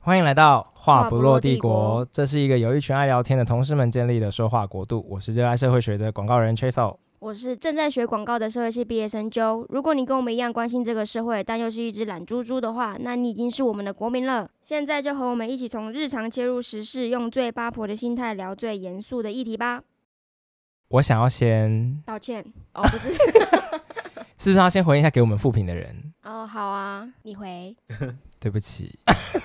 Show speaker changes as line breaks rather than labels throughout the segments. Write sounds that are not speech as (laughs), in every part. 欢迎来到话
话
不
不
落
落
帝
帝国
国，这是一个由一群爱聊天的同事们建立的说话国度。我是热爱社会学的广告人 Chaseo。
我是正在学广告的社会系毕业生 Joe。如果你跟我们一样关心这个社会，但又是一只懒猪猪的话，那你已经是我们的国民了。现在就和我们一起从日常切入时事，用最八婆的心态聊最严肃的议题吧。
我想要先，
道歉哦，不
(laughs)
是
是不是要先回应一下给我们复评的人？
哦，好啊，你回，
对不起，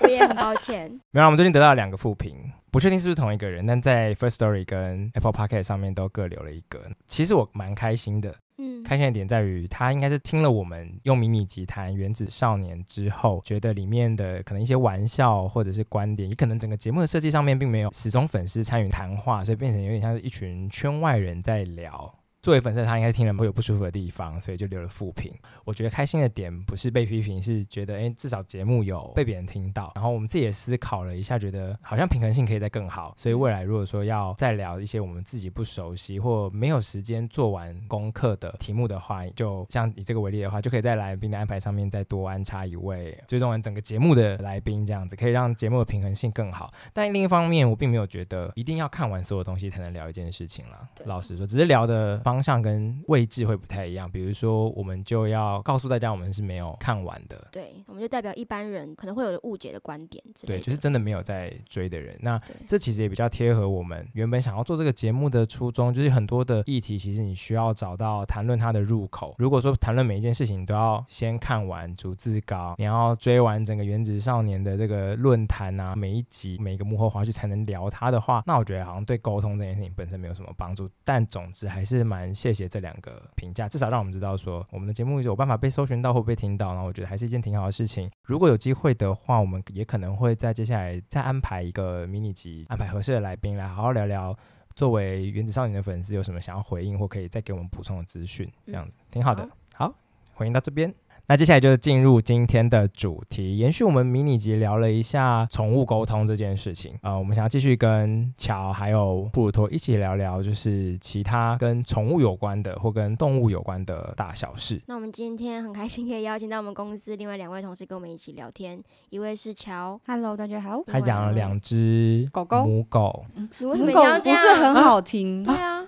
我也很抱
(laughs)
歉。
(laughs) 没有啊，我们最近得到了两个复评，不确定是不是同一个人，但在 First Story 跟 Apple p o c k e t 上面都各留了一个。其实我蛮开心的，
嗯，
开心啊的点在于，他应该是听了我们用迷你集谈《原子少年》之后，觉得里面的可能一些玩笑或者是观点，也可能整个节目的设计上面并没有始终粉丝参与谈话，所以变成有点像是一群圈外人在聊。作为粉丝，他应该听了会有不舒服的地方，所以就留了负评。我觉得开心的点不是被批评，是觉得诶，至少节目有被别人听到。然后我们自己也思考了一下，觉得好像平衡性可以再更好。所以未来如果说要再聊一些我们自己不熟悉或没有时间做完功课的题目的话，就像以这个为例的话，就可以在来宾的安排上面再多安插一位追踪完整个节目的来宾，这样子可以让节目的平衡性更好。但另一方面，我并没有觉得一定要看完所有东西才能聊一件事情啦。
对啊
老实说，只是聊的方向跟位置会不太一样。比如说，我们就要告诉大家我们是没有看完的，
对，我们就代表一般人可能会有的误解的观点之类
对，
的。
就是真的没有在追的人。那
对
这其实也比较贴合我们原本想要做这个节目的初衷，就是很多的议题，其实你需要找到谈论它的入口。如果说谈论每一件事情你都要先看完逐字稿，你要追完整个《原子少年》的这个论坛啊，每一集每一个幕后花絮才能聊它的话，那我觉得好像对沟通这件事情本身没有什么帮助。但总之还是蛮谢谢这两个评价，至少让我们知道说我们的节目有办法被搜寻到或被听到，然后我觉得还是一件挺好的事情。如果有机会的话，我们也可能会在接下来再安排一个迷你集，安排合适的来宾来好好聊聊。作为原子少年的粉丝，有什么想要回应或可以再给我们补充的资讯，这样子挺好的。好，回应到这边。那接下来就进入今天的主题，延续我们迷你集聊了一下宠物沟通这件事情。呃，我们想要继续跟乔还有布鲁托一起聊聊，就是其他跟宠物有关的或跟动物有关的大小事。
那我们今天很开心可以邀请到我们公司另外两位同事跟我们一起聊天，一位是乔，
Hello，大家好。
他养了两只
狗狗嗯
母狗，
你为什么一
狗
定要这
不
样？
是很好
(laughs)
听
对，啊，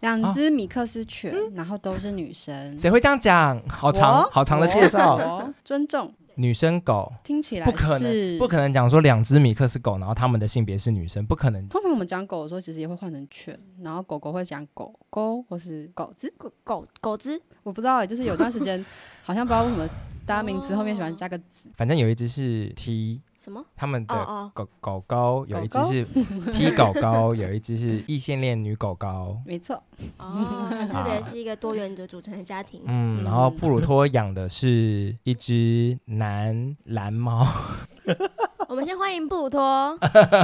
两只米克斯犬，然后都是女生。
谁会啊这样讲？好长
我
好长的介，绍，
我尊重，
女生狗
听起来
不可能
是
不可能讲说两只米克斯狗，然后它们的性别是女生，不可能。
通常我们讲狗的时候，其实也会换成犬，然后狗狗会讲狗狗或是狗子，
狗狗狗子，
我不知道欸，就是有段时间好像不知道为什么大家名词后面喜欢加个
反正有一只是 T，
什么？
他们
哦
的
哦，
狗狗狗有一只
狗狗
(laughs)
是 T 狗狗，有一只是异性恋女狗狗。
没错，
哦，
(laughs)
很特别
啊
是一个多元的组成的家庭，
嗯，
嗯
然后布鲁托养的是一只男蓝猫， (laughs)
我们先欢迎布鲁
啊
托，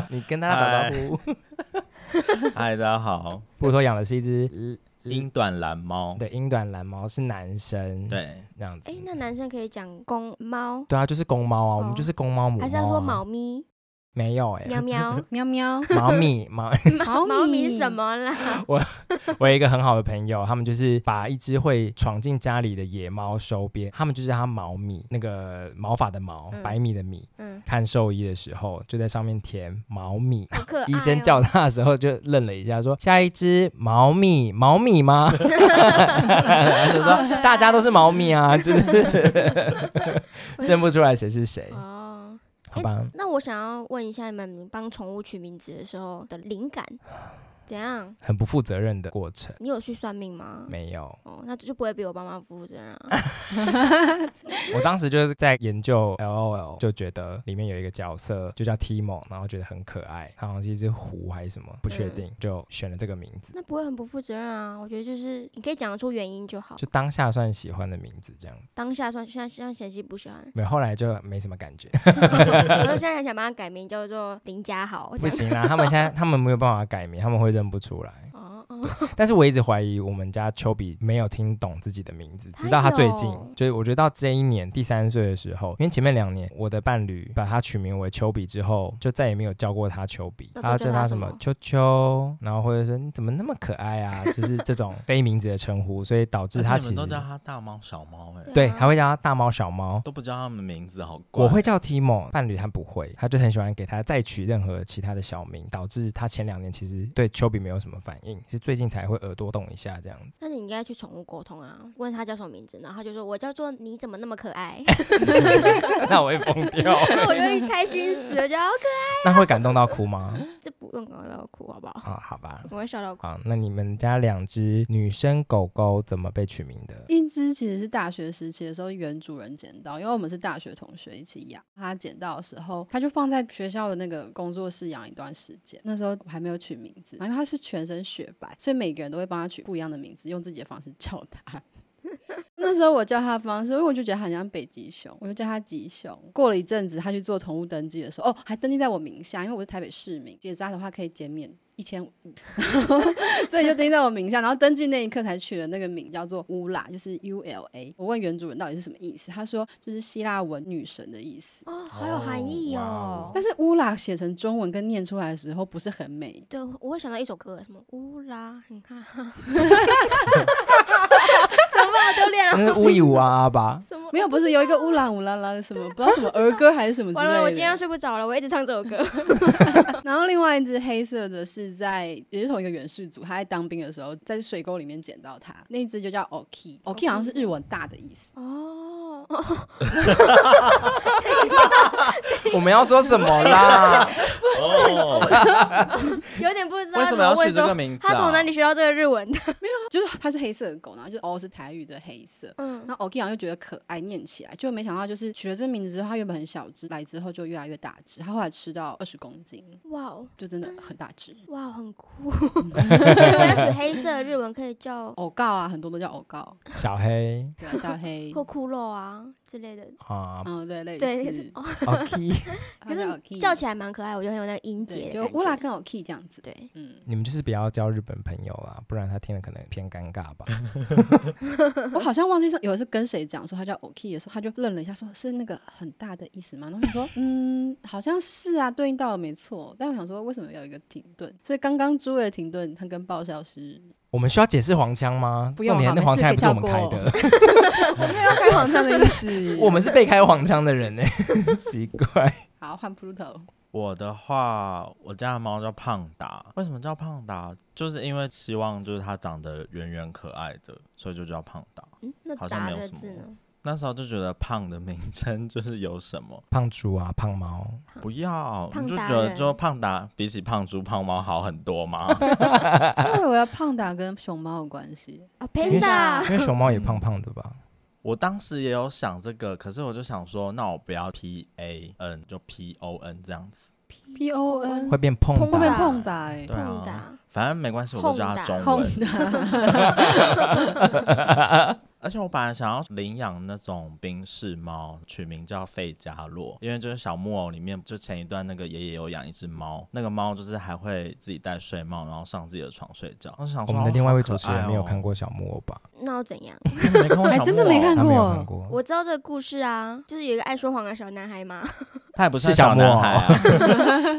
你跟大家打招呼。
(laughs) 嗨，大家好，
哎布鲁托养的是一只
英短蓝猫。
对英短蓝猫，是男生，，
对，
(laughs)
这样子
哎，。那男生可以讲公猫，
对啊，就是公猫啊，我们
哦
就是公猫母猫啊。
还是要说猫咪？
没有哎，(laughs)
喵喵，
喵喵，
猫咪猫， (laughs)
猫
猫咪是什？么啦？
我有一个很好的朋友，他们就是把一只会闯进家里的野猫收编，他们就是叫它毛米，那个毛发的毛，
嗯
百米的米。
嗯，
看兽医的时候，就在上面填毛米。
好可爱哦。
医生叫他的时候就愣了一下，说：“下一只毛米，毛米吗？” (laughs) 他就说：“大家都是毛米啊，就是认不出来谁是谁，
哦。
好吧？”
那我想要问一下，你们帮宠物取名字的时候的
(sighs)
灵感怎样？
很不负责任的过程，
你有去算命吗？
没有。
哦，那就不会比我爸妈负责
(laughs)
任啊。
我当时就是在研究 L O L，就觉得里面有一个角色就叫 Timo，然后觉得很可爱，它好像是一只狐还是什么，不确定，就选了这个名字，
那不会很不负责任啊？我觉得就是你可以讲得出原因就好，
就当下算喜欢的名字这样子。，
当下算现在现在嫌弃不喜欢
没有，后来就没什么感觉，
然后现在很想把它改名叫做林家豪。
啊
(laughs)
不行啦，他们现在他们没有办法改名，他们会认不出来。
哦哦
但是我一直怀疑我们家丘比没有听懂自己的名字，
他
直到他最近
有，
就是我觉得到这一年第三岁的时候，因为前面两年我的伴侣把他取名为丘比之后，就再也没有叫过他丘比，
那都
他
叫
叫
他
他
什
什
么
么丘丘，然后或者说你怎么那么可爱啊，就是这
(laughs)
种非名字的称呼，所以导致他
而且
其
你
实
们都叫他大猫小猫哎、
对
啊
还会叫他大猫小猫。
都不叫他们名字，好怪。
我会叫 Timo，伴侣他不会，他就很喜欢给他再取任何其他的小名，导致他前两年其实对丘比没有什么反应，是最近才会耳朵动一下这样子。
但是你应该去宠物沟通啊，问他叫什么名字，然后他就说我叫做你怎么那么可爱，
(laughs) 那我会疯 (laughs) 掉，
那我就开心死了，就好可
那会感动到哭吗？
爱，这不用搞到哭好不好？
啊，好吧。
我会笑到哭。
好，那你们家两只女生狗狗怎么被取名 (laughs) 的？
一只其实是大学时期的时候，原主人捡到，因为我们是大学同学一起养。他捡到的时候，他就放在学校的那个工作室养一段时间。那时候我还没有取名字，然后他是全身雪白，所以每个人都会帮他取不一样的名字，用自己的方式叫他。 (laughs) 那时候我叫他的方式，因为我就觉得他很像北极熊，我就叫他吉熊。过了一阵子，他去做宠物登记的时候，哦，还登记在我名下，因为我是台北市民，结扎的话可以减免一千五，所以就登记在我名下。然后登记那一刻才取了那个名叫做乌拉，就是 U L A。我问原主人到底是什么意思，他说就是希腊文女神的意思。
哦，好有含义
哇
哦
哦。
但是乌拉写成中文跟念出来的时候不是很美，
对，我会想到一首歌，什么乌拉，你看，哈哈怎么办？丢脸
那
了？
是乌一乌啊啊 (laughs) 吧？
什么？
没有，不是有一个乌拉乌拉拉的什
哦
么，不知道什么儿歌还是什么之类
完
的。
了，我今天要睡不着了，我一直唱这首歌。
然后另外一只黑色的是在也是同一个原氏组，他在当兵的时候在水沟里面捡到它，那一只就叫 Oki，Oki 好像是日文大的意思。
哦， (laughs)
我们要说什么啦？
哦，
有点不知道
(laughs) 为什么要
问
取这
说
个名字、啊？
他从哪里学到这个日文的？
就是它是黑色的狗，然后就是 O 是台语的黑色。
嗯
那 Oki 好像就觉得可爱，念起来，就没想到就是取了这名字之后，它原本很小只，来之后就越来越大只，它后来吃到二十公斤，
哇哦，
就真的很大
(laughs)
只。
哇，哦很酷！ (laughs) 哦我要取黑色，日文可以叫
偶告啊，很多都叫偶告，
小黑
对啊，小
(laughs)
黑
或，骷髅啊之类的。
啊
嗯，对，类
对，
似
是，哦，
(laughs) ，OK，
它
可
叫
是
Oki
叫起来蛮可爱，我觉得很有那个音节
对，
的
就
感觉
乌拉跟 Oki 这样子，
对， (laughs)
嗯。
你们就是不要交日本朋友啦，不然他听了可能偏尴尬吧。
我好像忘记是有一次跟谁讲说他叫 Oki 的时候，他就愣了一下，说是那个很大的意思吗？然后我想说，嗯，好像是啊，对应到了没错。但我想说，为什么要有一个停顿？所以刚刚诸位的停顿，他跟爆笑是
我们需要解释黄腔吗？
不用
重点
好
那
没
黄
事
腔还不
可以
是我们
跳
开
过
的，
开黄腔的意 (laughs) 思
我们是被开黄腔的人呢、欸 (laughs) 奇怪。
好换 Pluto，
我的话，我家的猫叫胖达。为什么叫胖达？就是因为希望就是它长得圆圆可爱的，所以就叫胖达。
嗯，那
好像
打
没有
这个
什么
字呢？
那时候就觉得胖的名称就是有什么
胖猪啊，胖猫，
不要，
胖
你就
达
觉得
人
就胖达比起胖猪胖猫好很多嘛。
我以为胖达跟熊猫有关
(laughs)
系，
啊
因为
，panda，
因为熊猫也胖胖的吧？ (laughs)
我当时也有想这个，可是我就想说，那我不要 P A N，就 P O N 这样子。
P O N
会变碰
会
吧？
变
吧
碰达哎、
对
碰
啊，
达，
反正没关系，我都叫它中
碰
文。
达，
(laughs) 而且我本来想要领养那种冰室猫，取名叫费加洛，因为就是小木偶里面，就前一段那个爷爷有养一只猫，那个猫就是还会自己戴睡帽，然后上自己的床睡觉。我就想
我
说，
们的另外一位主持
好可爱
人
哦
没有看，过小木偶吧？
那又怎样？
你 (laughs) 没看过小木偶，
哎真的没看
他没有
过
看过。
(laughs) 我知道这个故事啊，就是有一个爱说谎的小男孩嘛，
他也不
是
是
小
小
木偶
男孩啊，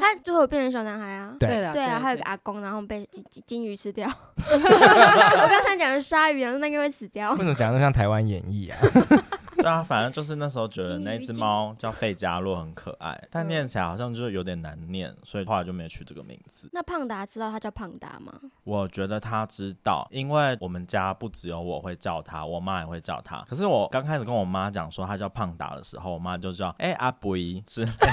他最后变成小男孩啊。
对
了
对啊，还有一个
对
阿公，然后被金金金鱼吃 (laughs) 掉。我刚才讲的鲨鱼，然后那个会死掉
为。什么讲的像台湾演绎啊？
对啊，反正就是那时候觉得
金鱼
那只
金
猫叫费加洛很可爱，但
嗯
念起来好像就是有点难念，所以后来就没有取这个名字。
(laughs) 那胖达知道他叫胖达吗？
我觉得他知道，因为我们家不只有我会叫他，我妈也会叫他。可是我刚开始跟我妈讲说他叫胖达的时候，我妈就叫哎、阿布姨之类的，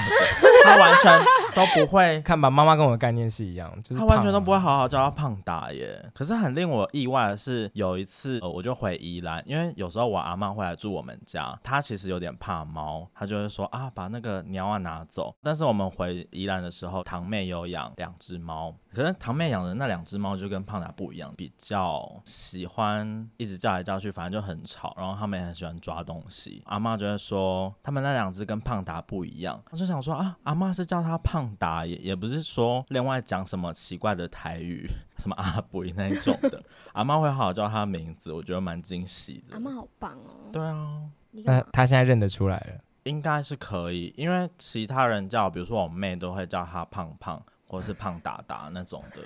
她完全都不会。
看吧，妈妈跟我的概念是一样，就是
她
胖啊
完全都不会好好叫他胖达耶。可是很令我意外的是，有一次、呃、我就回宜兰，因为有时候我阿妈会来住我们家，她其实有点怕猫，她就会说啊把那个鸟啊拿走。但是我们回宜兰的时候，堂妹有养两只猫，可是堂妹养的那两只猫就跟胖达不一样，比较喜欢一直叫来叫去，反正就很吵，然后他们也很喜欢抓东西。阿妈就会说，他们那两只跟胖达不一样。我就想说啊，阿妈是叫他胖达，也也不是说另外讲什么奇怪的台语，什么阿伯那一种的。阿妈会好好叫他名字，我觉得蛮惊喜的。
阿妈好棒哦！
对啊，
你干
那
嘛？
他现在认得出来了。
应该是可以，因为其他人叫，比如说我妹都会叫他胖胖或是胖达达那种的，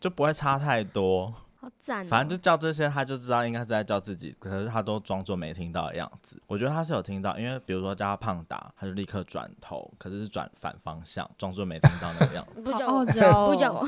就不会差太多。
好赞、哦！
反正就叫这些，他就知道应该是在叫自己，可是他都装作没听到的样子。我觉得他是有听到，因为比如说叫他胖达，他就立刻转头，可是是转反方向，装作没听到那个样子。
不叫
好傲
我，(laughs)
娇哦，
不叫我，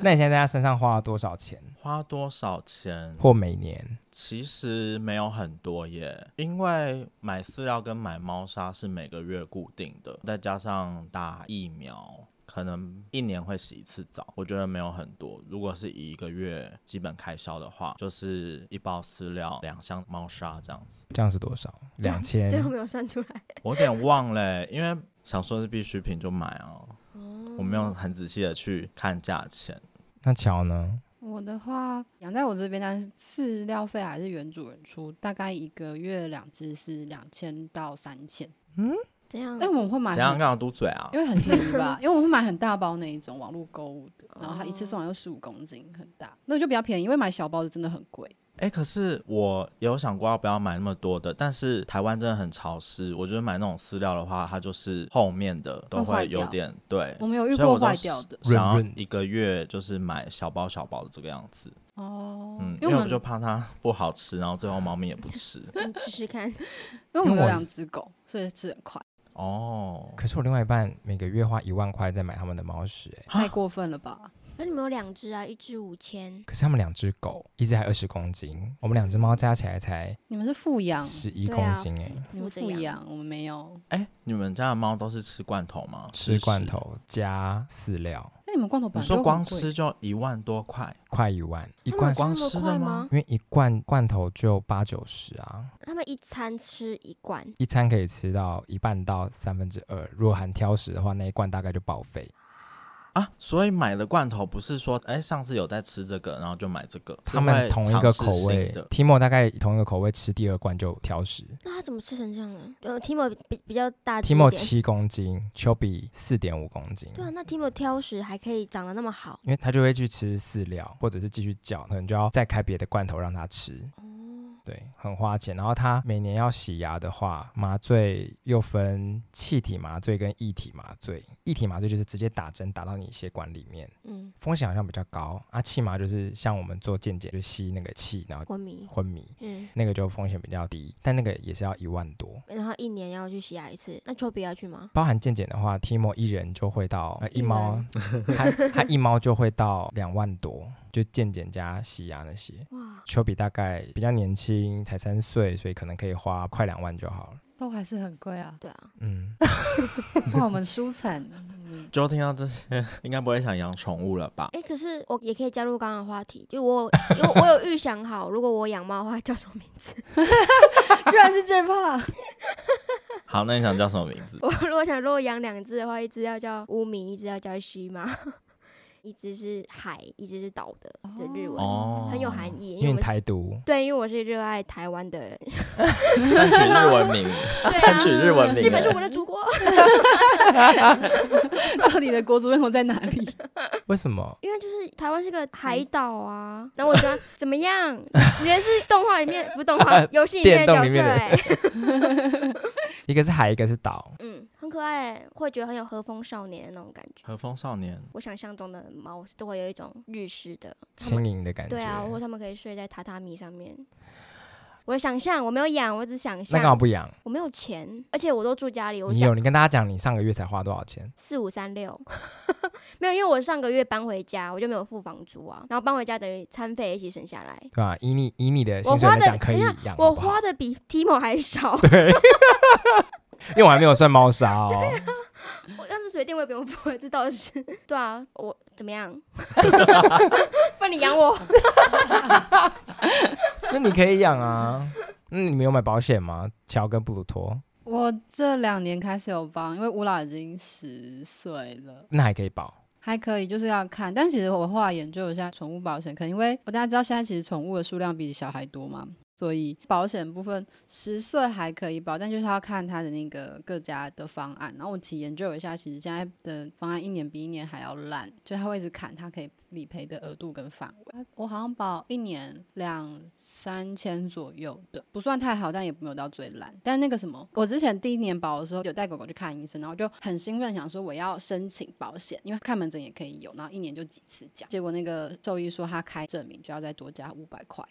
那你现在在他身上花了多少钱，
花多少钱？
或每年？
其实没有很多耶，因为买饲料跟买猫砂是每个月固定的，再加上打疫苗。可能一年会洗一次澡，我觉得没有很多。如果是以一个月基本开销的话，就是一包饲料、两箱猫砂这样子。
这样是多少？两千。
(laughs) 最后没有算出来。
我有点忘了欸、因为想说是必需品就买哦、
哦
嗯
我没有很仔细的去看价钱。
那乔呢？
我的话养在我这边，但是饲料费还是原主人出，大概一个月两只是两千到三千，
这样，
但我们会买
怎样
很，
刚好嘟嘴啊
因？为很便宜
(laughs)
吧，因为我们会买很大包那一种网络购物的，然后它一次
哦
送来又十五公斤，很大，那个就比较便宜，因为买小包的真的很贵。
哎、可是我有想过要不要买那么多的，但是台湾真的很潮湿，我觉得买那种饲料的话，它就是后面的都
会坏
会有
掉
点对
我。们有遇
所以
过
我都
坏掉的
润
想要
润
一个月就是买小包小包的这个样子，
哦，
嗯，
因为
因为
我
我
们
就怕它不好吃，然后最后猫咪也不吃。
你试试看。
因为我
因为
们有
我
两只狗，所以吃很快，
哦，
可是我另外一半每个月花一万块在买他们的猫屎、欸，
啊
太过分了吧？
那你们有两只啊，一只五千，
可是他们两只狗，一只还二十公斤，我们两只猫加起来才
你们是富养，
十一
对
公
啊
斤哎、
你们啊
负责
富
养
养，我们没有。
哎、你们家的猫都是吃罐头吗？
吃罐
食。
头加饲料
那你们罐头
你
本来就
说
很
光
贵
吃就一万多块，
快一万一
他
罐
们有，
光
吃
吃
那么
的
快
吗
吗？
因为一罐罐头就八九十啊，
他们一餐吃一罐，
一餐可以吃到一半到三分之二，如果含挑食的话，那一罐大概就报废。
啊，所以买的罐头不是说，哎、上次有在吃这个，然后就买这个，
他们
是会
同一个
尝试
口
性
味
的。
，Timo 大概同一个口味吃第二罐就挑食。
那他怎么吃成这样呢？呃，Timo 比比较大只一
Timo
点。
七公斤，Chubby 四点五公斤。
对啊，那 Timo 挑食还可以长得那么好，
因为他就会去吃饲料，或者是继续叫，可能就要再开别的罐头让他吃。
哦
对，很花钱。然后他每年要洗牙的话，麻醉又分气体麻醉跟液体麻醉。液体麻醉就是直接打针打到你血管里面，
嗯，
风险好像比较高。啊，气麻就是像我们做健检就吸那个气，然后
昏迷，
昏迷，
嗯，
那个就风险比较低，但那个也是要一万多。
然后一年要去洗牙一次。那 Chubby 要去吗？
包含健检的话，Timo 一人就会到、呃、
一
一猫，他他一猫就会到两万多，就健检加洗牙那些。
哇，，
丘比大概比较年轻，才三岁，所以可能可以花快两万就好了。
都还是很贵啊
对啊，
嗯，
哇，我们输 (laughs) 惨了。
就听到这些， (laughs) 应该不会想养宠物了吧？
哎，可是我也可以加入刚刚的话题，就我因为我有预想好，如果我养猫的话叫什么名字？ (laughs)
居然是最怕。
好，那你想叫什么名字？
我如果想如果养两只的话，一只要叫乌米，一只要叫须马，一只是海，一只是岛的的日文，
哦，
(laughs) 很有含义，因
因
为
为
我
你
们是
台独，
对，因为我是热爱台湾
(laughs)
的人，
但取日
(laughs)
文名，
对
但
啊
取，日文名
日本是
欸。
我的祖国。
(laughs)
到底的国足认同在哪里？ (laughs)
为什么？
因为就是台湾是个海
嗯
岛啊，然后我
(laughs)
觉得怎么样？你也是动画里面不是动画游戏里
电
面的
动
角
里
色
面的
哎、
(laughs) 一个是海，一个是岛。
嗯，很可爱、会觉得很有和风少年的那种感觉。
和风少年，
我想象中的猫都会有一种日式的，他
轻
们
盈的感觉，
对啊，或他们可以睡在榻榻米上面。我的想象，我没有养，我只想
那干嘛
象，
不养？
我没有钱，而且我都住家里，我
你
想
有，你跟大家讲你上个月才花多少钱？
四五三六， (laughs) 没有，因为我上个月搬回家，我就没有付房租啊，然后搬回家等于餐费一起省下来，
对吧？以你以你的
我
薪水
花
来
的
讲，可以
等一下
养好
我
不好。
花的比 Timo 还少，
对， (laughs) 因为我还没有算猫砂哦。
我要是水电我也不用付了，这倒是。对啊，我怎么样？ (laughs) 帮你养我？ (laughs)
那你可以养啊。那你没有买保险吗？乔跟布鲁托，
我这两年开始有帮，因为乌拉已经十岁了，
那还可以保。
还可以，就是要看。但其实我后来研究一下宠物保险，可能因为我大家知道现在其实宠物的数量比小孩多嘛，所以保险部分十岁还可以保，但就是要看它的那个各家的方案。然后我体研究一下，其实现在的方案一年比一年还要烂，就它会一直砍它可以理赔的额度跟范围。我好像保一年两三千左右的，不算太好，但也没有到最烂。但那个什么，我之前第一年保的时候有带狗狗去看医生，然后就很兴奋，想说我要申请保险，因为看门诊也可以有，然后一年就几次讲。结果那个兽医说他开证明就要再多加五百块。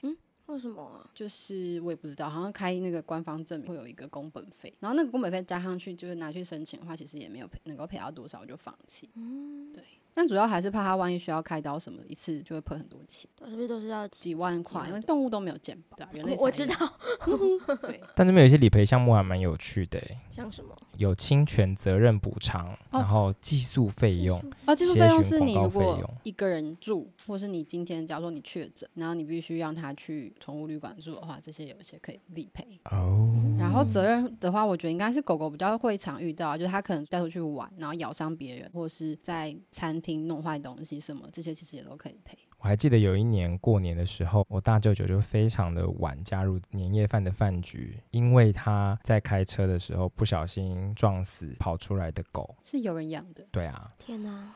为什么啊？
就是我也不知道，好像开那个官方证明会有一个工本费，然后那个工本费加上去，就是拿去申请的话，其实也没有赔能够赔到多少，我就放弃。
嗯，
但主要还是怕他万一需要开刀什么，一次就会赔很多钱，
都啊是不是都是要几
几万块，因为动物都没有健保。对啊、人类
我我
才
知
有
道，
(laughs) 对，
但这边有一些理赔项目还蛮有趣的欸，
像什么
有侵权责任补偿，
哦
然后寄宿费用，
哦，技术
协
费
寻
用是
广
你
告
如
费
果
用
一个人住，或是你今天假如说你确诊，然后你必须让他去宠物旅馆住的话，这些有一些可以理赔。
哦，
然后责任的话，我觉得应该是狗狗比较会常遇到，就是它可能带出去玩，然后咬伤别人，或是在餐厅弄坏东西什么，这些其实也都可以赔。
我还记得有一年过年的时候，我大舅舅就非常的晚加入年夜饭的饭局，因为他在开车的时候不小心撞死跑出来的狗。
是有人养的，
对啊，
天哪？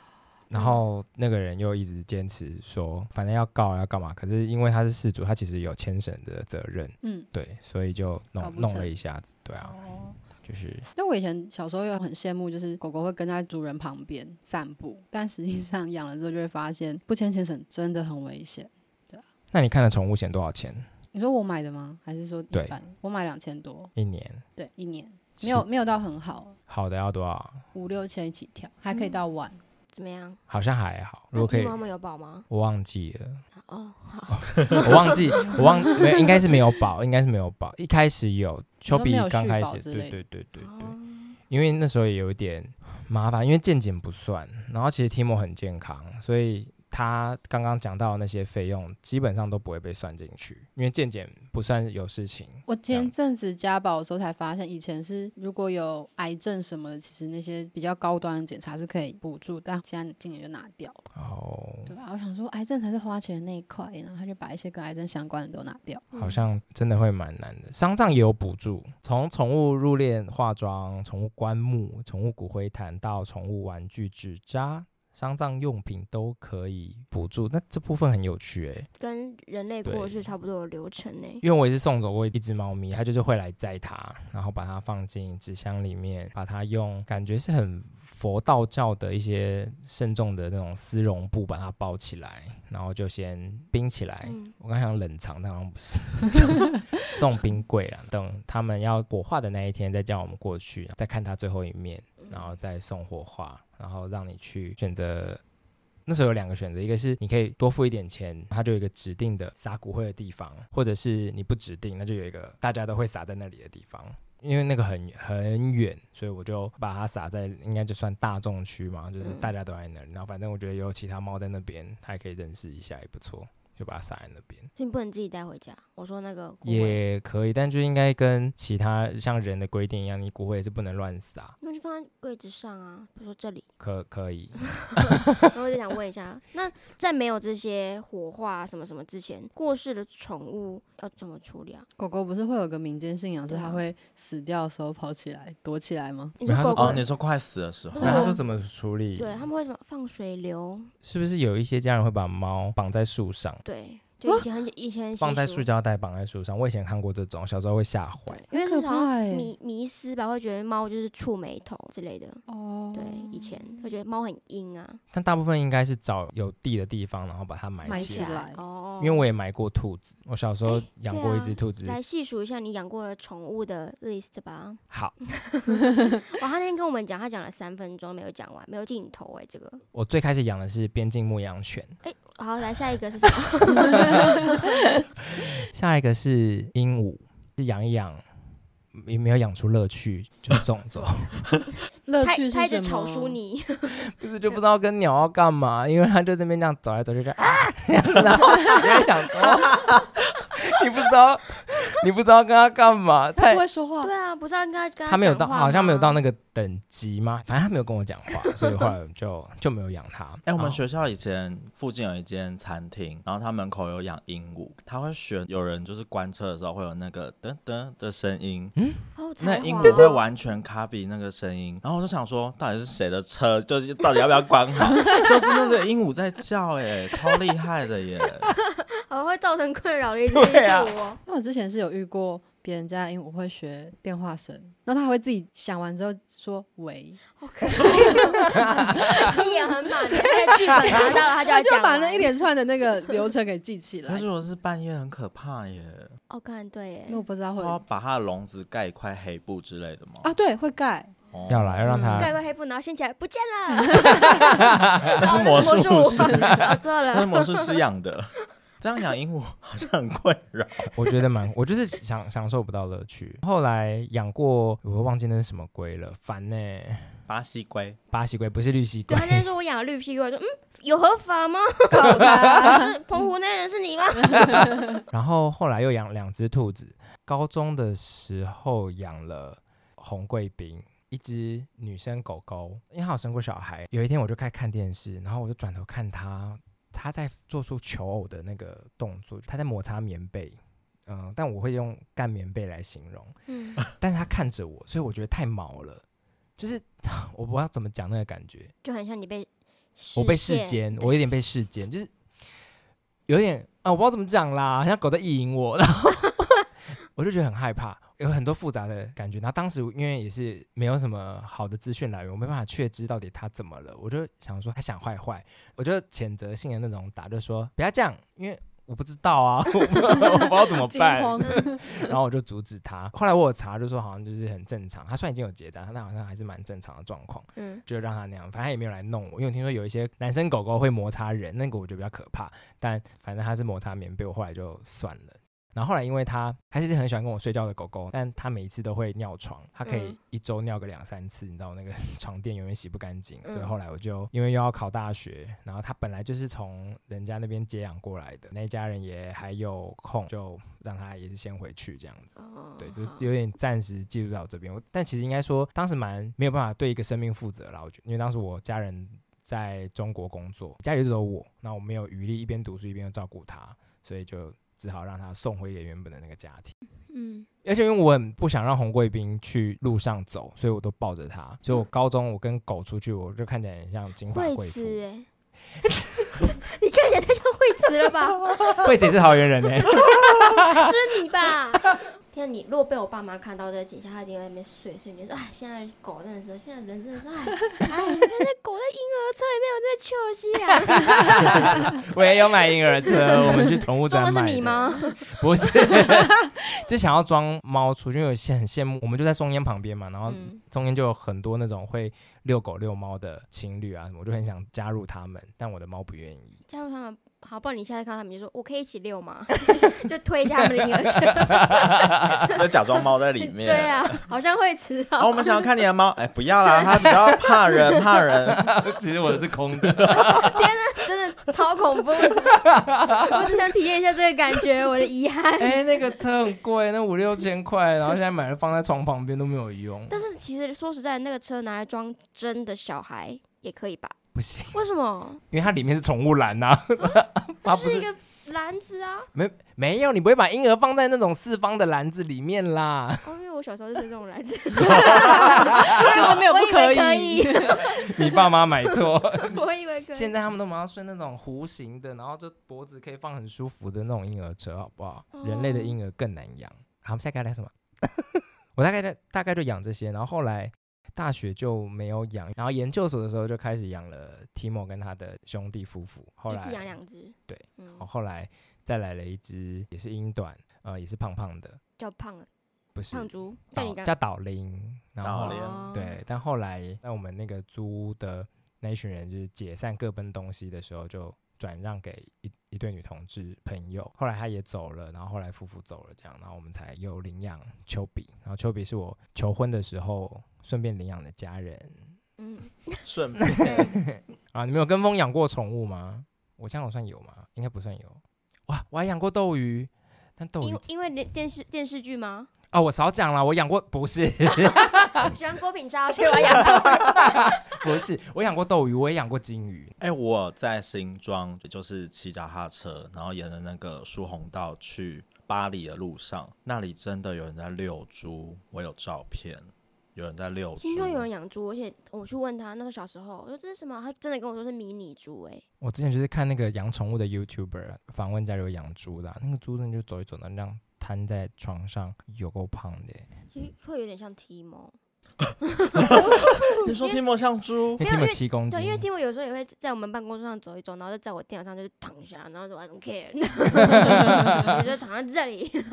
然
嗯
后那个人又一直坚持说，反正要告啊要干嘛，可是因为他是事主，他其实有牵绳的责任，
嗯。
对，所以就
搞
弄
不
弄
成
了一下子，对啊，
哦，
就是
但我以前小时候又很羡慕，就是狗狗会跟在主人旁边散步，但实际上养了之后就会发现，不牵牵绳真的很危险。
那你看的宠物险多少钱
你说我买的吗？还是说一
对
般？我买两千多，
一年？
对，一年没有没有到很好，
好的要多少？
五六千起跳，还
嗯
可以到万。
怎么样？
好像还好，如
那
果可
金
以，
妈妈有保吗？
我忘记了，
哦，好，
我忘
(laughs)
记，我忘没有，应该是没有保，应该是没有保。一开始有，丘
说
比
没有
刚
续
开
保
始，
之
对
类的
对对对对，
哦
因为那时候也有一点麻烦，因为健检不算，然后其实 Timo 很健康，所以他刚刚讲到的那些费用基本上都不会被算进去，因为健检不算有事情。
我前
样
阵子家保的时候才发现，以前是如果有癌症什么的，其实那些比较高端的检查是可以补助，但现在今年就拿掉了，
哦，
对吧？我想说，癌症才是花钱的那一块，然后他就把一些跟癌症相关的都拿掉。
嗯
好像真的会蛮难的。丧葬也有补助，从宠物入殓、化妆、宠物棺木、宠物骨灰坛到宠物玩具、纸扎、丧葬用品都可以补助。那这部分很有趣诶、
跟人类
对
过去差不多的流程呢。
因为我也是送走过一只猫咪，它就是会来载它，然后把它放进纸箱里面，把它用感觉是很佛道教的一些慎重的那种丝绒布把它包起来，然后就先冰起来。
嗯，
我刚想冷藏，但好像不是，送冰柜啦，等他们要火化的那一天再叫我们过去，再看他最后一面，然后再送火化，然后让你去选择。那时候有两个选择，一个是你可以多付一点钱，它就有一个指定的撒骨灰的地方，或者是你不指定，那就有一个大家都会撒在那里的地方。因为那个很 (laughs) 很远，所以我就把它撒在应该就算大众区嘛，就是大家都在那里。然后反正我觉得有其他猫在那边，它也可以认识一下，也不错，就把它撒在那边。
所以你不能自己带回家。我说那个骨灰，
也可以，但就应该跟其他像人的规定一样，你骨灰也是不能乱撒。
那就放在柜子上啊。比如说
(laughs)
这里，
可可以，
嗯然后我就想问一下，那在没有这些火化什么什么之前，过世的宠物要怎么处理啊？
狗狗不是会有个民间信仰，是
对啊
它会死掉的时候跑起来躲起来吗？
你
没
说
有
狗
他
狗
哦，，你说快死的时候
不
那
是
他
我
说怎么处理？
对他们会什么放水流？
是不是有一些家人会把猫绑在树上，
对，就以前很以前习
啊放在
俗
塑胶袋绑在树上？我以前看过这种，小时候会吓坏。
对因为是
很可
好像
怕欸
迷迷失吧，会觉得猫就是触眉头之类的。
哦
对，以前会觉得猫很阴啊，
但大部分应该是找有地的地方，然后把它埋
埋
起
起
来。
来
哦。
因为我也埋过兔子，我小时候
哎
养
对
过一
啊
只兔子。
来细数一下你养过的宠物的 list 吧。
(laughs)
好，
哇，他那天跟我们讲，他讲了三分钟没有讲完，没有尽头哎、这个。
我最开始养的是边境牧羊犬，
好，来下一个是什么？
(laughs)
下一个是鹦鹉，是养一养，也没有养出乐趣，就送走。
乐
拍
趣是
拍着
什
草
么？
书
(laughs)
你，
不是就不知道跟鸟要干
(laughs)
嘛，因为它就在那边这样走来走去，就啊，然后你在想说，你不知道你不知道跟他干
(laughs)
嘛，
他
太
不会说话
对，啊，不是要跟他跟他
他没有到，
讲话
好像没有
吗
到那个等级吗？反正他没有跟我讲话，所以后来我就就没有养它。
哎、我们
然后
学校以前附近有一间餐厅，然后它门口有养鹦鹉，它会选有人就是关车的时候会有那个噔噔的声音，
好有才
那
华
鹦
哦
鹉
(laughs)
会完全 copy 那个声音，然后我就想说，到底是谁的车，就是到底要不要关好？ (laughs) 就是那个鹦鹉在叫、哎，超厉害的
(laughs)
耶！
好哦会造成困扰
(laughs)
的一只鹦
对啊
鹉哦。
那我之前是有遇过别人家的鹦鹉会学电话声，然后他会自己想完之后说喂，
好 (laughs) 可爱，心也很满，他的剧本拿到了，他就
他
要
就
讲
把
完
那一连串的那个流程给记
(laughs)
起
可
来
是。我是半夜很可怕耶，
哦，看对耶
那，我不知道会
要把它的笼子盖一块黑布之类的吗？
啊，对，会盖，
哦
要来要让它
盖过黑布，然后掀起来不见了，
那
哦
是魔术师，
搞哦错
那是
了。
魔术师养的。 (laughs) 这样养鹦鹉好像很困扰。
(laughs) 我觉得蛮，我就是享享受不到乐趣。后来养过，我忘记那是什么龟了，烦呢、欸
巴西
(laughs)
龟，
巴西龟不是绿蜥
对
龟
他，那天说我养了绿屁股，我说嗯，有合法吗？
搞吧
是澎湖那人是你吗？
然后后来又养两只兔子。高中的时候养了红贵宾，一只女生狗狗，因为它有生过小孩。有一天我就开始看电视，然后我就转头看它，它在做出求偶的那个动作，它在摩擦棉被。嗯，但我会用干棉被来形容，
嗯，
但是它看着我，所以我觉得太毛了，就是 (laughs) 我不知道怎么讲那个感觉，
就很像你被
我被
视
视
线
奸，我有点被视奸，就是有点啊，我不知道怎么讲啦，好像狗在意淫我，然后 (laughs) 我就觉得很害怕，有很多复杂的感觉。然后当时因为也是没有什么好的资讯来源，我没办法确知到底他怎么了，我就想说他想坏坏，我就谴责性的那种打，就说不要这样，因为。我不知道啊，我不我不知道怎么
惊
办，
慌，
然后我就阻止他。后来我有查，就说好像就是很正常，他虽然已经有结扎，但好像还是蛮正常的状况。
嗯，
就让他那样，反正他也没有来弄我，因为我听说有一些男生狗狗会摩擦人，那个我觉得比较可怕。但反正他是摩擦棉被，我后来就算了。然后后来因为他，他其实很喜欢跟我睡觉的狗狗，但他每一次都会尿床，他可以
嗯
一周尿个两三次，你知道我那个床垫永远洗不干净，所以
嗯
后来我就因为又要考大学，然后他本来就是从人家那边接养过来的，那一家人也还有空，就让他也是先回去这样子。
哦，
对，就
好
有点暂时记录到这边。我但其实应该说，当时蛮没有办法对一个生命负责啦。我觉得，因为当时我家人在中国工作，家里就只有我，那我没有余力一边读书一边又照顾他，所以就只好让他送回给原本的那个家庭。
嗯，
而且因为我很不想让红贵宾去路上走，所以我都抱着它。所以我高中我跟狗出去，我就看起来很像金发
惠
贵妇。
慈哎。 (laughs) 你看起来太像惠慈了吧？
惠子也是桃园人呢、欸
是你吧？ (laughs) 天啊，你如果被我爸妈看到这个景象，他一定会在那边睡睡眠说：“哎，现在狗真的是，现在人真的是，哎， (laughs) 哎，你看那狗在婴儿车里面，我真的糗死
(laughs)
啊！”
我也有买婴儿车，我们去宠
(laughs)
物
装
展
的
买。
是你吗？
不是， (laughs) 就想要装猫出去，因为有些很羡慕，我们就在松烟旁边嘛，然后
嗯
中间就有很多那种会遛狗遛猫的情侣啊什么，我就很想加入他们，但我的猫不愿意。
加入他们，好，不然你下次看到他们就说：“我可以一起遛吗？” (laughs) 就推一下他们的婴儿车。
就假装猫在里面。
对啊，好像会吃
然后
哦。
我们想要看你的猫，哎，不要啦，它比较怕人，
(laughs)
怕人。
(laughs) 其实我的是空的，
天哪，真的超恐怖！我只想体验一下这个感觉，我的遗憾。 (laughs)
哎、那个车很贵，那五六千块，然后现在买了放在床旁边都没有用，
但是其实说实在，那个车拿来装真的小孩也可以吧？
不行，
为什么？
因为它里面是宠物栏
(laughs)
呐、啊，它不
就是一
是
个篮子啊！
没没有，你不会把婴儿放在那种四方的篮子里面
(laughs)
啦，
哦，因为我小时候就是这种篮 (laughs) 子，
结果没有
我
不
以为可
以，
以，
你爸妈买错。
我以为可以
现。在他们都马上睡那种弧形的，然后就脖子可以放很舒服的那种婴儿车，好不好？
哦
人类的婴儿更难养。好，我们下一个要聊什么？ (laughs) 我大概就大概就养这些，然后后来大学就没有养，然后研究所的时候就开始养了 Timo 跟他的兄弟夫妇，后
一
来
次养两只，
对
嗯
哦，后来再来了一只也是英短，呃，也是胖胖的，
叫胖了，
不是
胖猪叫
岛
你刚
叫岛铃，然
岛
后
铃
哦
对，但后来在我们那个租屋的那一群人就是解散各奔东西的时候，就转让给一一对女同志朋友。后来她也走了，然后后来夫妇走了，这样，然后我们才又领养丘比。然后丘比是我求婚的时候顺便领养的家人
嗯，
顺便，
啊。你们有跟风养过宠物吗？我这样我算有吗？应该不算有。哇，我还养过斗鱼，但斗鱼
因因为连电视电视剧吗？
哦，我少讲了，我养过不是 (laughs)
喜欢郭品超，所以我养到。
不是，我养过斗鱼，我也养过金鱼。
哎、我在新庄就是骑脚踏车，然后沿着那个疏洪道去巴黎的路上，那里真的有人在遛猪，我有照片，有人在遛猪。
(laughs) 听说有人养猪，而且我去问他，那个小时候，我说这是什么？他真的跟我说是迷你猪、欸，
我之前就是看那个养宠物的 YouTuber 啊访问家里有养猪的啊、那个猪真的就走一走，那样瘫在床上，有够胖的欸耶。
其实会有点像 Timo。
你说提莫像猪
(laughs) 那
没有
天有
因为
七公斤
对，因，为 Timo 有时候也会在我们办公桌上走一走，然后就在我电脑上就是躺下，然后说 I don't care，我就躺在这里，
很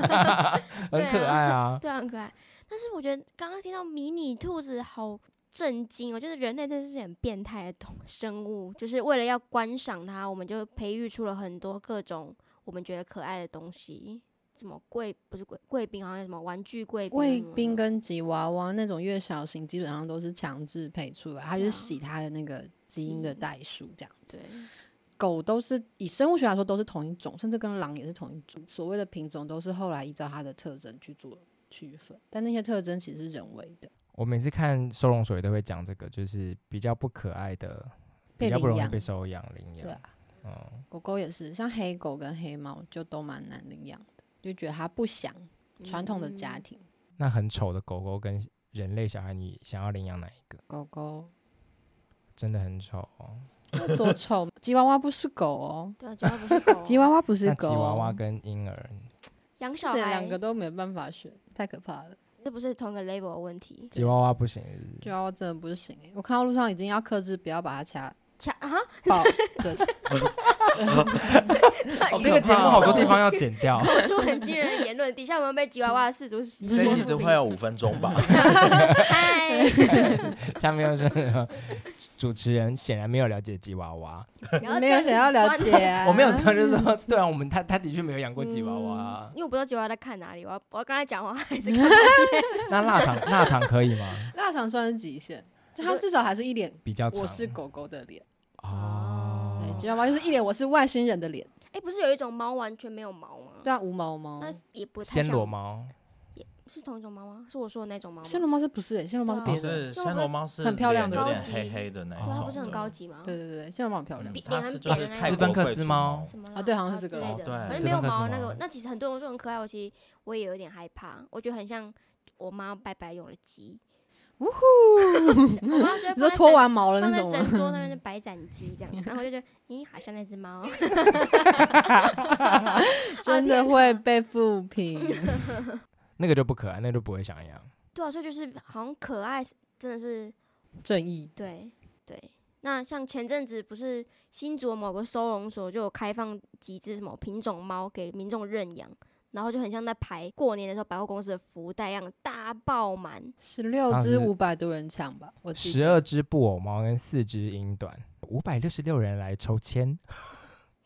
对
可
啊
爱啊。
对，很可爱。但是我觉得刚刚听到迷你兔子好震惊哦，我觉得人类真的是很变态的动生物，就是为了要观赏它，我们就培育出了很多各种我们觉得可爱的东西，什么贵不是贵贵宾，好像什么玩具贵宾，啊
贵宾跟吉娃娃那种越小型，基本上都是强制配出来，它就
对啊
是洗它的那个基因的
基因
代数这样子
对。
狗都是以生物学来说都是同一种，甚至跟狼也是同一种。所谓的品种都是后来依照它的特征去做区分，但那些特征其实是人为的，
我每次看收容所也都会讲这个，就是比较不可爱的，比
被
较不容
领
易
养。
被收养领
对
养
啊。，
嗯，
狗狗也是，像黑狗跟黑猫就都蛮难领养的，就觉得它不想传统的家
嗯
庭。
那很丑的狗狗跟人类小孩，你想要领养哪一个？
狗狗
真的很丑、哦。
那多丑，吉娃娃不是狗
(laughs)
哦，
对啊，主要不是狗
(laughs) 吉娃娃不是
那
狗
吉
哦，
娃娃跟婴儿，
养
这
小孩，
两个都没办法选，太可怕了。
这不是同一个 level 的问题。
吉娃娃不行是不是
吉娃娃真的不行欸、我看到路上已经要克制，不要把
(laughs)
它掐
恰
(laughs)
啊，
爆的。
哦，
可
这个节目好多
怕哦
地方要剪
(laughs)
掉。
口哎出很惊人的言论，底下我们被吉娃娃的氏族洗
(laughs)
脑。
这一集只会有五分钟吧？
(laughs)
嗨，
下面又是 (laughs) 主持人显然没有了解吉娃娃，
然后
没有
这
想
样
要
子
了
酸
解、
哦
啊，
我
(laughs)
没有说就是说，对啊，我们他他的确没有养过吉娃娃啊。
因为我不知道吉娃娃在看哪里，我要我刚才讲话还是
(laughs)
看
嗯
那腊肠腊肠可以吗？
腊肠算是极限，就
我
它
就
至少还是一脸
比较长。
我是啊狗狗的脸，
哦
对，吉娃娃就是一脸我是外星人的脸，
哎、不是有一种猫完全没有毛吗？
对啊，无毛猫
那。也不太
暹
像
罗，猫，
是同一种猫吗？是我说的那种猫吗？
暹罗猫是不是欸？暹罗猫是
对啊
不
别的，
是，暹罗猫是
很漂亮的
脸有
高
点
级
黑黑的那
对啊，
种
它
的，
不是很高级吗？
对对对，暹罗猫很漂亮
嗯，
比
它
脸
是
很
就
扁
是
的那
泰
斯
国
芬克
贵
斯
族
猫
猫
什么
啊对好像是这个
之类的，
哦对
反正
斯
没有
芬克斯
毛那
猫
个，那其实很多人说很可爱，我其实我也有点害怕，我觉得很像我妈白白用的
(laughs)
鸡，呜呼，我妈就会
你
放
说
在
脱
身
完毛了
放
那
在
种 (laughs) 吗？
神桌上面 (laughs) 是白斩鸡这样，然后我就觉得，咦，好像那只猫， (laughs) 啊
真的会被负评。
(laughs)
那个就不可爱，那个就不会想养。
对啊，所以就是好像可爱，真的是
正义
对对。那像前阵子不是新竹某个收容所就有开放几只什么品种猫给民众认养，然后就很像在排过年的时候百货公司的福袋一样，大爆满。
十六
当时
只五百多人抢吧，我记
十
得
二只布偶猫跟四只英短，五百六十六人来抽签，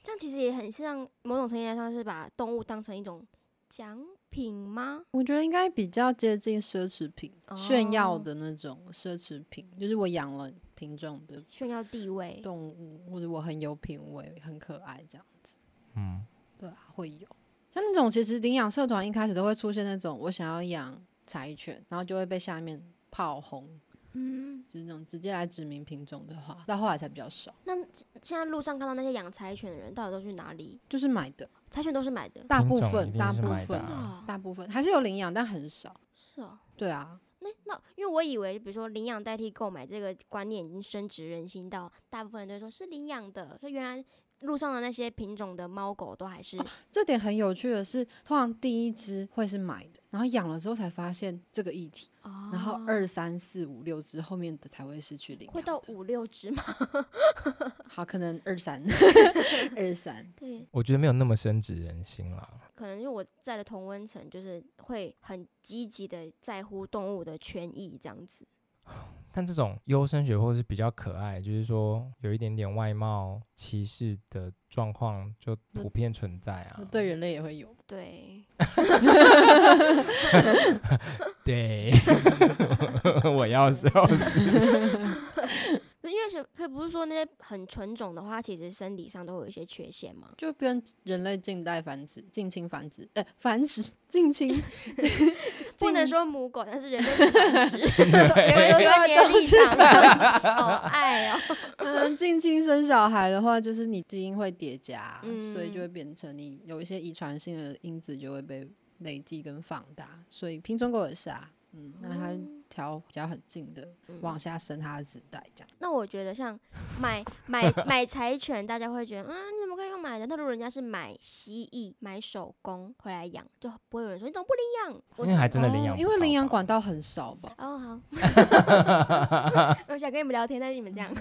这样其实也很像某种程度来说是把动物当成一种奖品吗？
我觉得应该比较接近奢侈品、炫耀
哦
的那种奢侈品，就是我养了品种的
炫耀地位，
动物，或者我很有品味、很可爱这样子。
嗯，
对啊，会有像那种其实领养社团一开始都会出现那种我想要养柴犬，然后就会被下面炮轰，
嗯，
就是那种直接来指名品种的话，到后来才比较少，
那现在路上看到那些养柴犬的人，到底都去哪里？
就是买的
柴犬都是买的，
大
品
部
种一
分、
定
大
是
部
买的
分
真的、
啊
哦、
大部分还是有领养，但很少。
是哦。
对啊，
那那，因为我以为，比如说领养代替购买这个观念已经深植人心到，大部分人都说是领养的，就原来路上的那些品种的猫狗都还是、
这点很有趣的是，通常第一只会是买的，然后养了之后才发现这个议题，
(clears throat) 哦
然后二三四五六只后面的才会失去领养
会
的。
到五六只吗？ (laughs)
好，可能二三二三，
对，
我觉得没有那么深植人心啦。
可能就我在的同温层，就是会很积极的在乎动物的权益这样子。
但这种优生学或是比较可爱，就是说有一点点外貌歧视的状况就普遍存在啊。
哦
(laughs)
对人类也会有。
对，
(laughs) 对，我要笑死。
可可因为是可不是说那些很纯种的话，它其实身体上都会有一些缺陷嘛。
就跟人类近代繁殖、近亲繁殖，呃，繁殖、近亲
不能
近
说母狗，但是人类是 (laughs) 繁殖，有人
人
喜欢
说
年
都
龄
是
上的， (laughs) 好爱哦。 (laughs)
嗯，近亲生小孩的话，就是你基因会叠加，所以
嗯
就会变成你有一些遗传性的因子就会被累积跟放大，所以拼中国也是啊，嗯，那它调比较很近的
嗯
往下伸它的子代这样。
那我觉得像
(laughs)
买买买柴犬，大家会觉得啊，你怎么可以用买的？那如果人家是买蜥蜴、买手工回来养，就不会有人说你怎么不领养？我
因为还真的领
哦
养不
因为
到
领养
吧
管道很少吧？
哦好，
(laughs)
我想跟你们聊天，但是你们这样，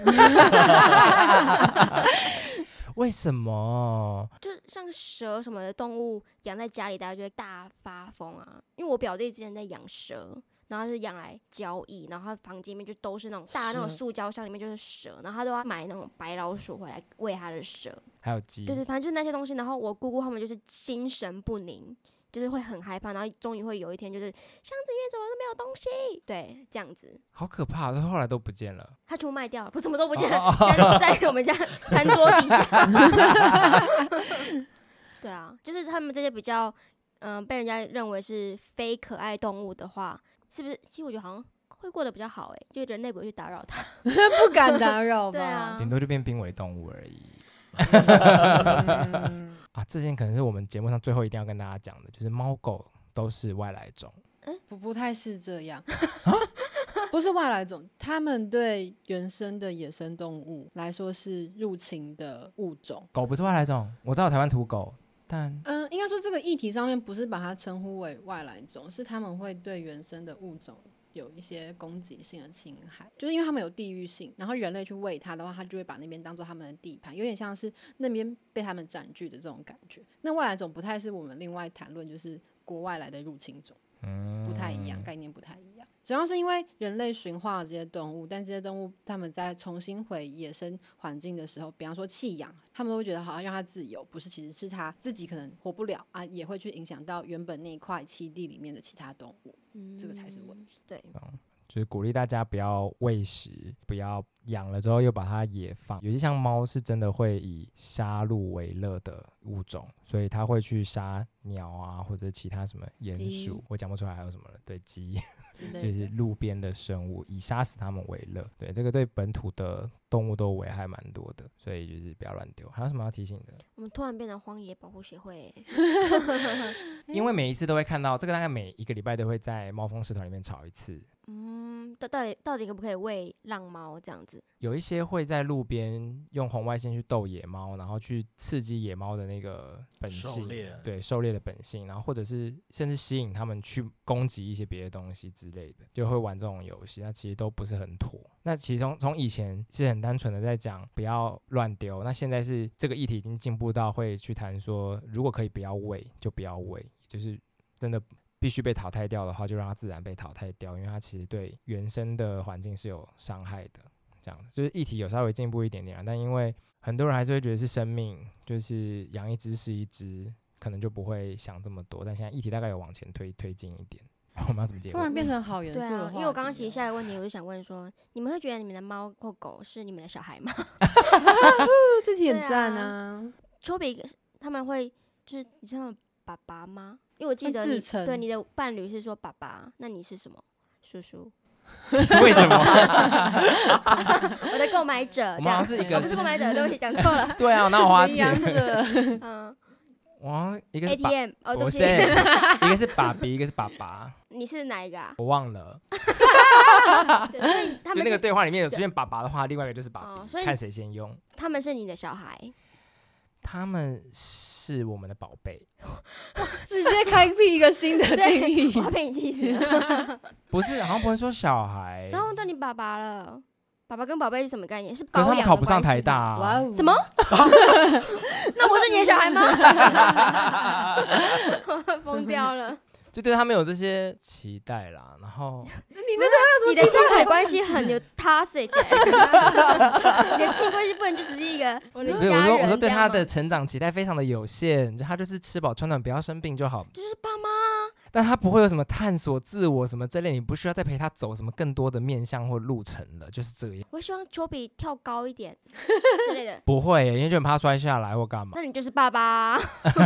为什么？
就像蛇什么的动物养在家里，大家就会大发疯啊。因为我表弟之前在养蛇。然后是养来交易，然后他房间里面就都是那种大的那种
蛇
塑胶箱，里面就是蛇，然后他都要买那种白老鼠回来喂他的蛇。
还有鸡
对，对，反正就是那些东西。然后我姑姑他们就是心神不宁，就是会很害怕，然后终于会有一天就是箱子里面怎么都没有东西，对，这样子。
好可怕！这后来都不见了。
他全部卖掉了，不什么都不见
啊
了， (laughs) 全都在我
(laughs)
们家餐桌底下。 (laughs) 对啊，就是他们这些比较，嗯、被人家认为是非可爱动物的话，是不是？其实我觉得好像会过得比较好诶、欸就人类不会去打扰它。
不敢打
(laughs)
扰吧？
对啊
顶，多就变濒危动物而已
嗯
啊！这件可能是我们节目上最后一定要跟大家讲的，就是猫狗都是外来种。
不不太是这样，
啊
(laughs) 不是外来种，他们对原生的野生动物来说是入侵的物种。
狗不是外来种，我知道有台湾土狗，但
嗯，应该说这个议题上面不是把它称呼为外来种，是他们会对原生的物种有一些攻击性的侵害，就是因为他们有地域性，然后人类去喂它的话，它就会把那边当做他们的地盘，有点像是那边被他们占据的这种感觉。那外来种不太是我们另外谈论，就是国外来的入侵种。不太一样，概念不太一样。主要是因为人类驯化了这些动物，但这些动物它们在重新回野生环境的时候，比方说弃养，他们会觉得好像让它自由，不是，其实是它自己可能活不了啊，也会去影响到原本那一块栖地里面的其他动物，这个才是问题。
嗯对，
就是鼓励大家不要喂食，不要养了之后又把它野放。有些像猫是真的会以杀戮为乐的物种，所以它会去杀鸟啊，或者其他什么鼹
鸡
鼠，我讲不出来还有什么了。对，鸡
之
就
类
是
的。
路边的生物，以杀死它们为乐。对，这个对本土的动物都危害蛮多的，所以就是不要乱丢。还有什么要提醒的？
我们突然变成荒野保护协
(laughs)
会欸、
因为每一次都会看到这个，大概每一个礼拜都会在猫风社团里面吵一次。
嗯，到到底到底可不可以喂浪猫这样子？
有一些会在路边用红外线去逗野猫，然后去刺激野猫的那个本
狩
性，
猎
对狩猎的本性，然后或者是甚至吸引他们去攻击一些别的东西之类的，就会玩这种游戏。那其实都不是很妥。那其中从以前是很单纯的在讲不要乱丢，那现在是这个议题已经进步到会去谈说，如果可以不要喂就不要喂，就是真的必须被淘汰掉的话，就让它自然被淘汰掉，因为它其实对原生的环境是有伤害的。这样子就是议题有稍微进步一点点啊，但因为很多人还是会觉得是生命，就是养一只是一只，可能就不会想这么多。但现在议题大概有往前推推进一点， (laughs) 我们要怎么结
突
尾？
然变成好严肃
对
的
啊
话，
因为我刚刚其实下一个问题，我就想问说，你们会觉得你们的猫或狗是你们的小孩吗？ (laughs)
自己很
对啊
赞啊，
丘比他们会就是你是他们爸爸吗？因为我记
他
得
自
你
称
对你的伴侣是说爸爸，那你是什么？叔叔， (laughs)
(laughs) 为什么？
我的购买者，
我
这
们好
样
像是一
我
个。
不是购买者，对不起，讲错了
对啊，那我 (laughs) 花
领养
钱， (laughs)
者
嗯
我好像一个是爸，
，ATM，哦，对
我
不
是
起，
一个是爸比，一个是爸爸，
(laughs) 你是哪一个啊？
我忘了。
对所以他
就那
们
个
是
对话里面有出现爸爸的话，另外一个就是爸
哦
比，
所以
看谁先用。
他们是你的小
(laughs)
孩，
他们是我们的宝贝，
直接开辟一个新的
(laughs) 对
定义
我。要被你气死了。
不是好像不会说小孩，
然后到你爸爸了，爸爸跟宝贝是什么概念？是
可是
包
他
养
们
的
考不上
关
台
系
大
吗
啊。
哇哦
(laughs)
什么？ (laughs) 那我是你的小孩吗？疯掉了！
就对他们有这些期待啦。然
(laughs)
后
你的亲子关系很有 toxic，欸 (laughs) 你的亲子关系不能就只是一个我
不
的
是我
家
说
人。
我说对
这样
他
吗
的成长期待非常的有限，就他就是吃饱穿暖不要生病就好。
就是爸妈啊，
但他不会有什么探索自我什么这类，你不需要再陪他走什么更多的面向或路程了，就是这样。
我希望丘比跳高一点之类的。
不会耶，因为就很怕摔下来或干嘛
那，你就是爸爸，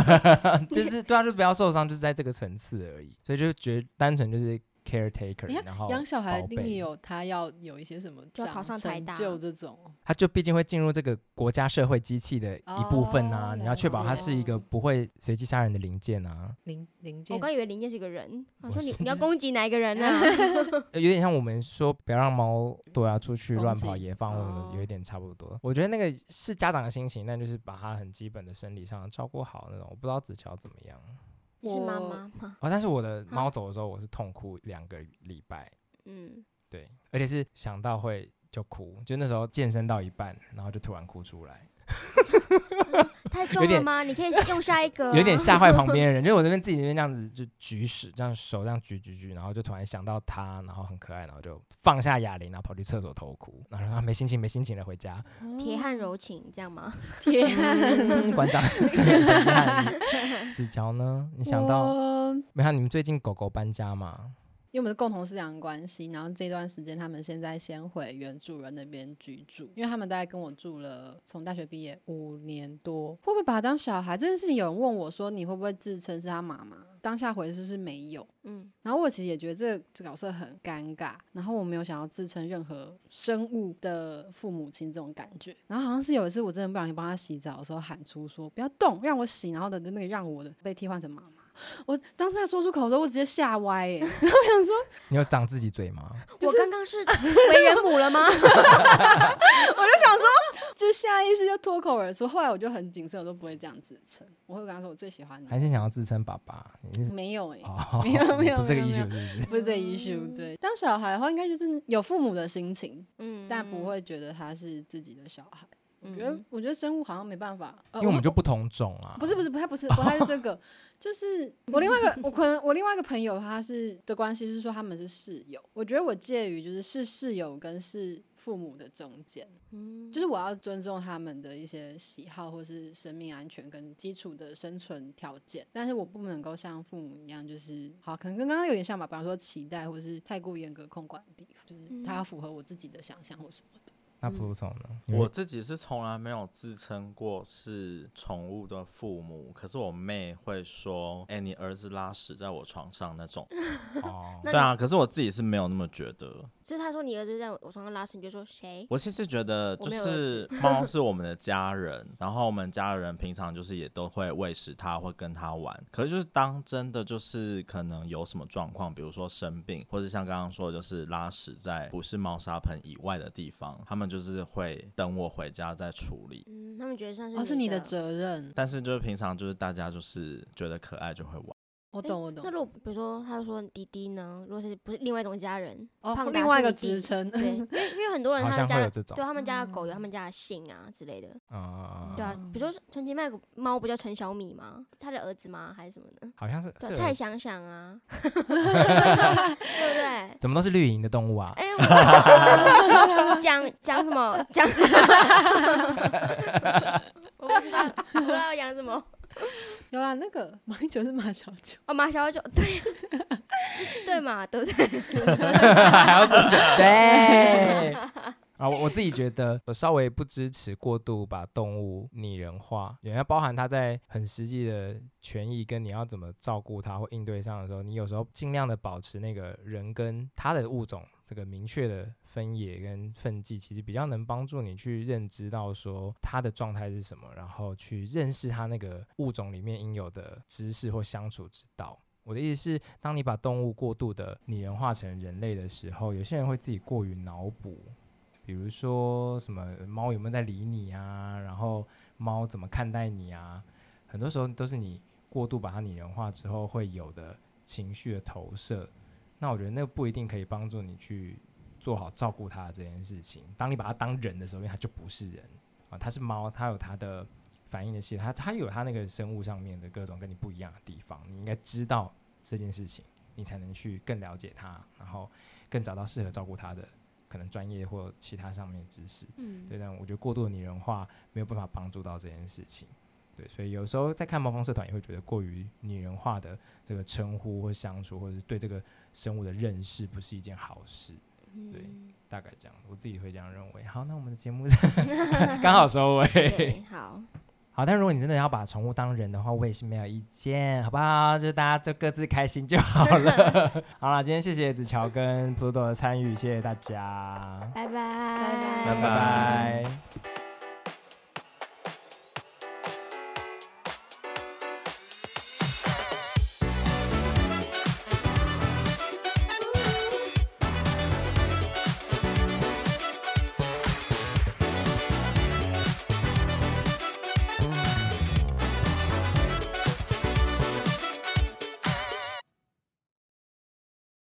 (laughs) 就是对啊，就不要受伤，就是在这个层次而已。所以就觉得单纯就是 caretaker，
你
然后
看养小孩
宝
一定
贝
也有他要有一些什么
就要考上
长
台
成
大
就这种，
他就毕竟会进入这个国家社会机器的一部分啊，
哦
你要确保他是一个
了解
不会随机杀人的零件啊，
零零件
我刚以为林健是个人，我
不
说你
是
你要
就是
攻击哪一
(laughs)
个人呢、
呃有点像我们说不要让猫对啊出去
嗯攻
乱跑
击
野放，
哦
有一点差不多。我觉得那个是家长的心情，但就是把他很基本的生理上照顾好那种。我不知道子乔怎么样
你是妈
我
妈吗？
哦，但是我
嗯
的
哈
猫走的时候，我是痛哭两个礼拜，
嗯，
对，而且是想到会就哭，就那时候健身到一半，然后就突然哭出来。
太重了
点
吗？你可以用下一
啊
个、
有点。吓坏旁
(laughs)
边的人，就是我这边自己那边这样子就举屎，这样手这样举举举，然后就突然想到他，然后很可爱，然后就放下哑铃，然后跑去厕所偷哭，然后说啊没心情没心情了回家。
铁
嗯
汉柔情这样吗？
(laughs) 铁
(laughs)
汉。
馆
(laughs)
长，很遗憾子乔呢？你想到
我
没有？啊你们最近狗狗搬家嘛？
因为我们是共同饲养关系，然后这段时间他们现在先回原住人那边居住，因为他们大概跟我住了从大学毕业五年多，会不会把他当小孩这件事情，有人问我说你会不会自称是他妈妈？当下回的是是没有，
嗯，
然后我其实也觉得这个这个角色很尴尬，然后我没有想要自称任何生物的父母亲这种感觉。然后好像是有一次我真的不小心帮他洗澡的时候喊出说不要动，让我洗，然后的那个让我的被替换成妈妈。我当下说出口的时候，我直接吓歪耶、 (laughs)
你有长自己嘴吗？
我刚刚是为人母了
(laughs)
吗？嗯
我就想说，就下意识就脱口而出。后来我就很谨慎，我都不会这样自称，我会跟他说我最喜欢
还
你。
是想要自称爸爸？你是
没有哎、
哦，
没有没有
(laughs) 不是这个 issue
没有没
是
有
不是？
不是这 issue。对，当小孩的话，应该就是有父母的心情，
嗯，
但不会觉得他是自己的小孩。
嗯。
我觉得，我觉得生物好像没办法，呃
因为我们就
说
不同种啊。
不是不是，他不是，不太是这个，就是我另外一个，我可能我另外一个朋友，他是的关系是说他们是室友，我觉得我介于就是是室友跟是父母的中间，
嗯，
就是我要尊重他们的一些喜好或是生命安全跟基础的生存条件，但是我不能够像父母一样，就是好，可能跟刚刚有点像吧，比方说期待或是太过严格控管地方，就是他要符合我自己的想象或什么的。
那普通呢？你
我自己是从来没有自称过是宠物的父母，可是我妹会说：“哎、你儿子拉屎在我床上那种。
哦
(laughs) ，那
对啊，可是我自己是没有那么觉得。
所以他说你儿子在我床上拉屎，你就说谁？
我其实觉得，
我
就
没有儿
是猫是我们的家人，然后我们家人平常就是也都会喂食它，会跟它玩。可是就是当真的就是可能有什么状况，比如说生病，或者像刚刚说的就是拉屎在不是猫砂盆以外的地方，他们就是会等我回家再处理。
嗯，他们觉得像是
哦，是你的
的。
责任，
但是就是平常就是大家就是觉得可爱就会玩。
我
诶
懂我懂
那。如果比如说他说弟弟呢，如果是不是另外一种家人，
哦
胖，达
另外
是
一个
你弟
职称，嗯
对，因为因为很多人
好
他们
像
家
会有
的
这种
对他们家的狗有他们家的姓啊之类的，
啊，
对啊，
哦
比如说陈其迈的猫不叫陈小米吗？他的儿子吗？还是什么呢？
好像是
对啊，
是
蔡想想
(laughs)
啊， (laughs) 对不对？
怎么都是绿营的动物啊？
哎、我讲讲什么？讲，我不知道，我不知道要讲什么。
(laughs) 有啦，那个马英九是马小九，
哦，马小九，对，就对嘛，对不对？
还要这么久对。 (laughs) 啊，我我自己觉得，我稍微不支持过度把动物拟人化，也要包含它在很实际的权益跟你要怎么照顾它或应对上的时候，你有时候尽量的保持那个人跟它的物种这个明确的分野跟分际，其实比较能帮助你去认知到说它的状态是什么，然后去认识它那个物种里面应有的知识或相处之道。我的意思是，当你把动物过度的拟人化成人类的时候，有些人会自己过于脑补，比如说什么猫有没有在理你啊，然后猫怎么看待你啊，很多时候都是你过度把它拟人化之后会有的情绪的投射。那我觉得那不一定可以帮助你去做好照顾它的这件事情。当你把它当人的时候，因为它就不是人啊，它是猫，它有它的反应的系统，它它有它那个生物上面的各种跟你不一样的地方，你应该知道这件事情，你才能去更了解它，然后更找到适合照顾它的可能专业或其他上面的知识。
嗯
对，但我觉得过度的拟人化没有办法帮助到这件事情。对，所以有时候在看猫风社团也会觉得过于拟人化的这个称呼或相处，或者是对这个生物的认识，不是一件好事。对
嗯
大概这样，我自己会这样认为。好，那我们的节目 (laughs) 刚好收尾。
对，好，
好，但如果你真的要把宠物当人的话，我也是没有意见，好不好？就是大家就各自开心就好
(laughs)
了。好啦，今天谢谢子乔跟 Pluto 的参与，谢谢大家，
拜拜，
拜
拜拜
拜。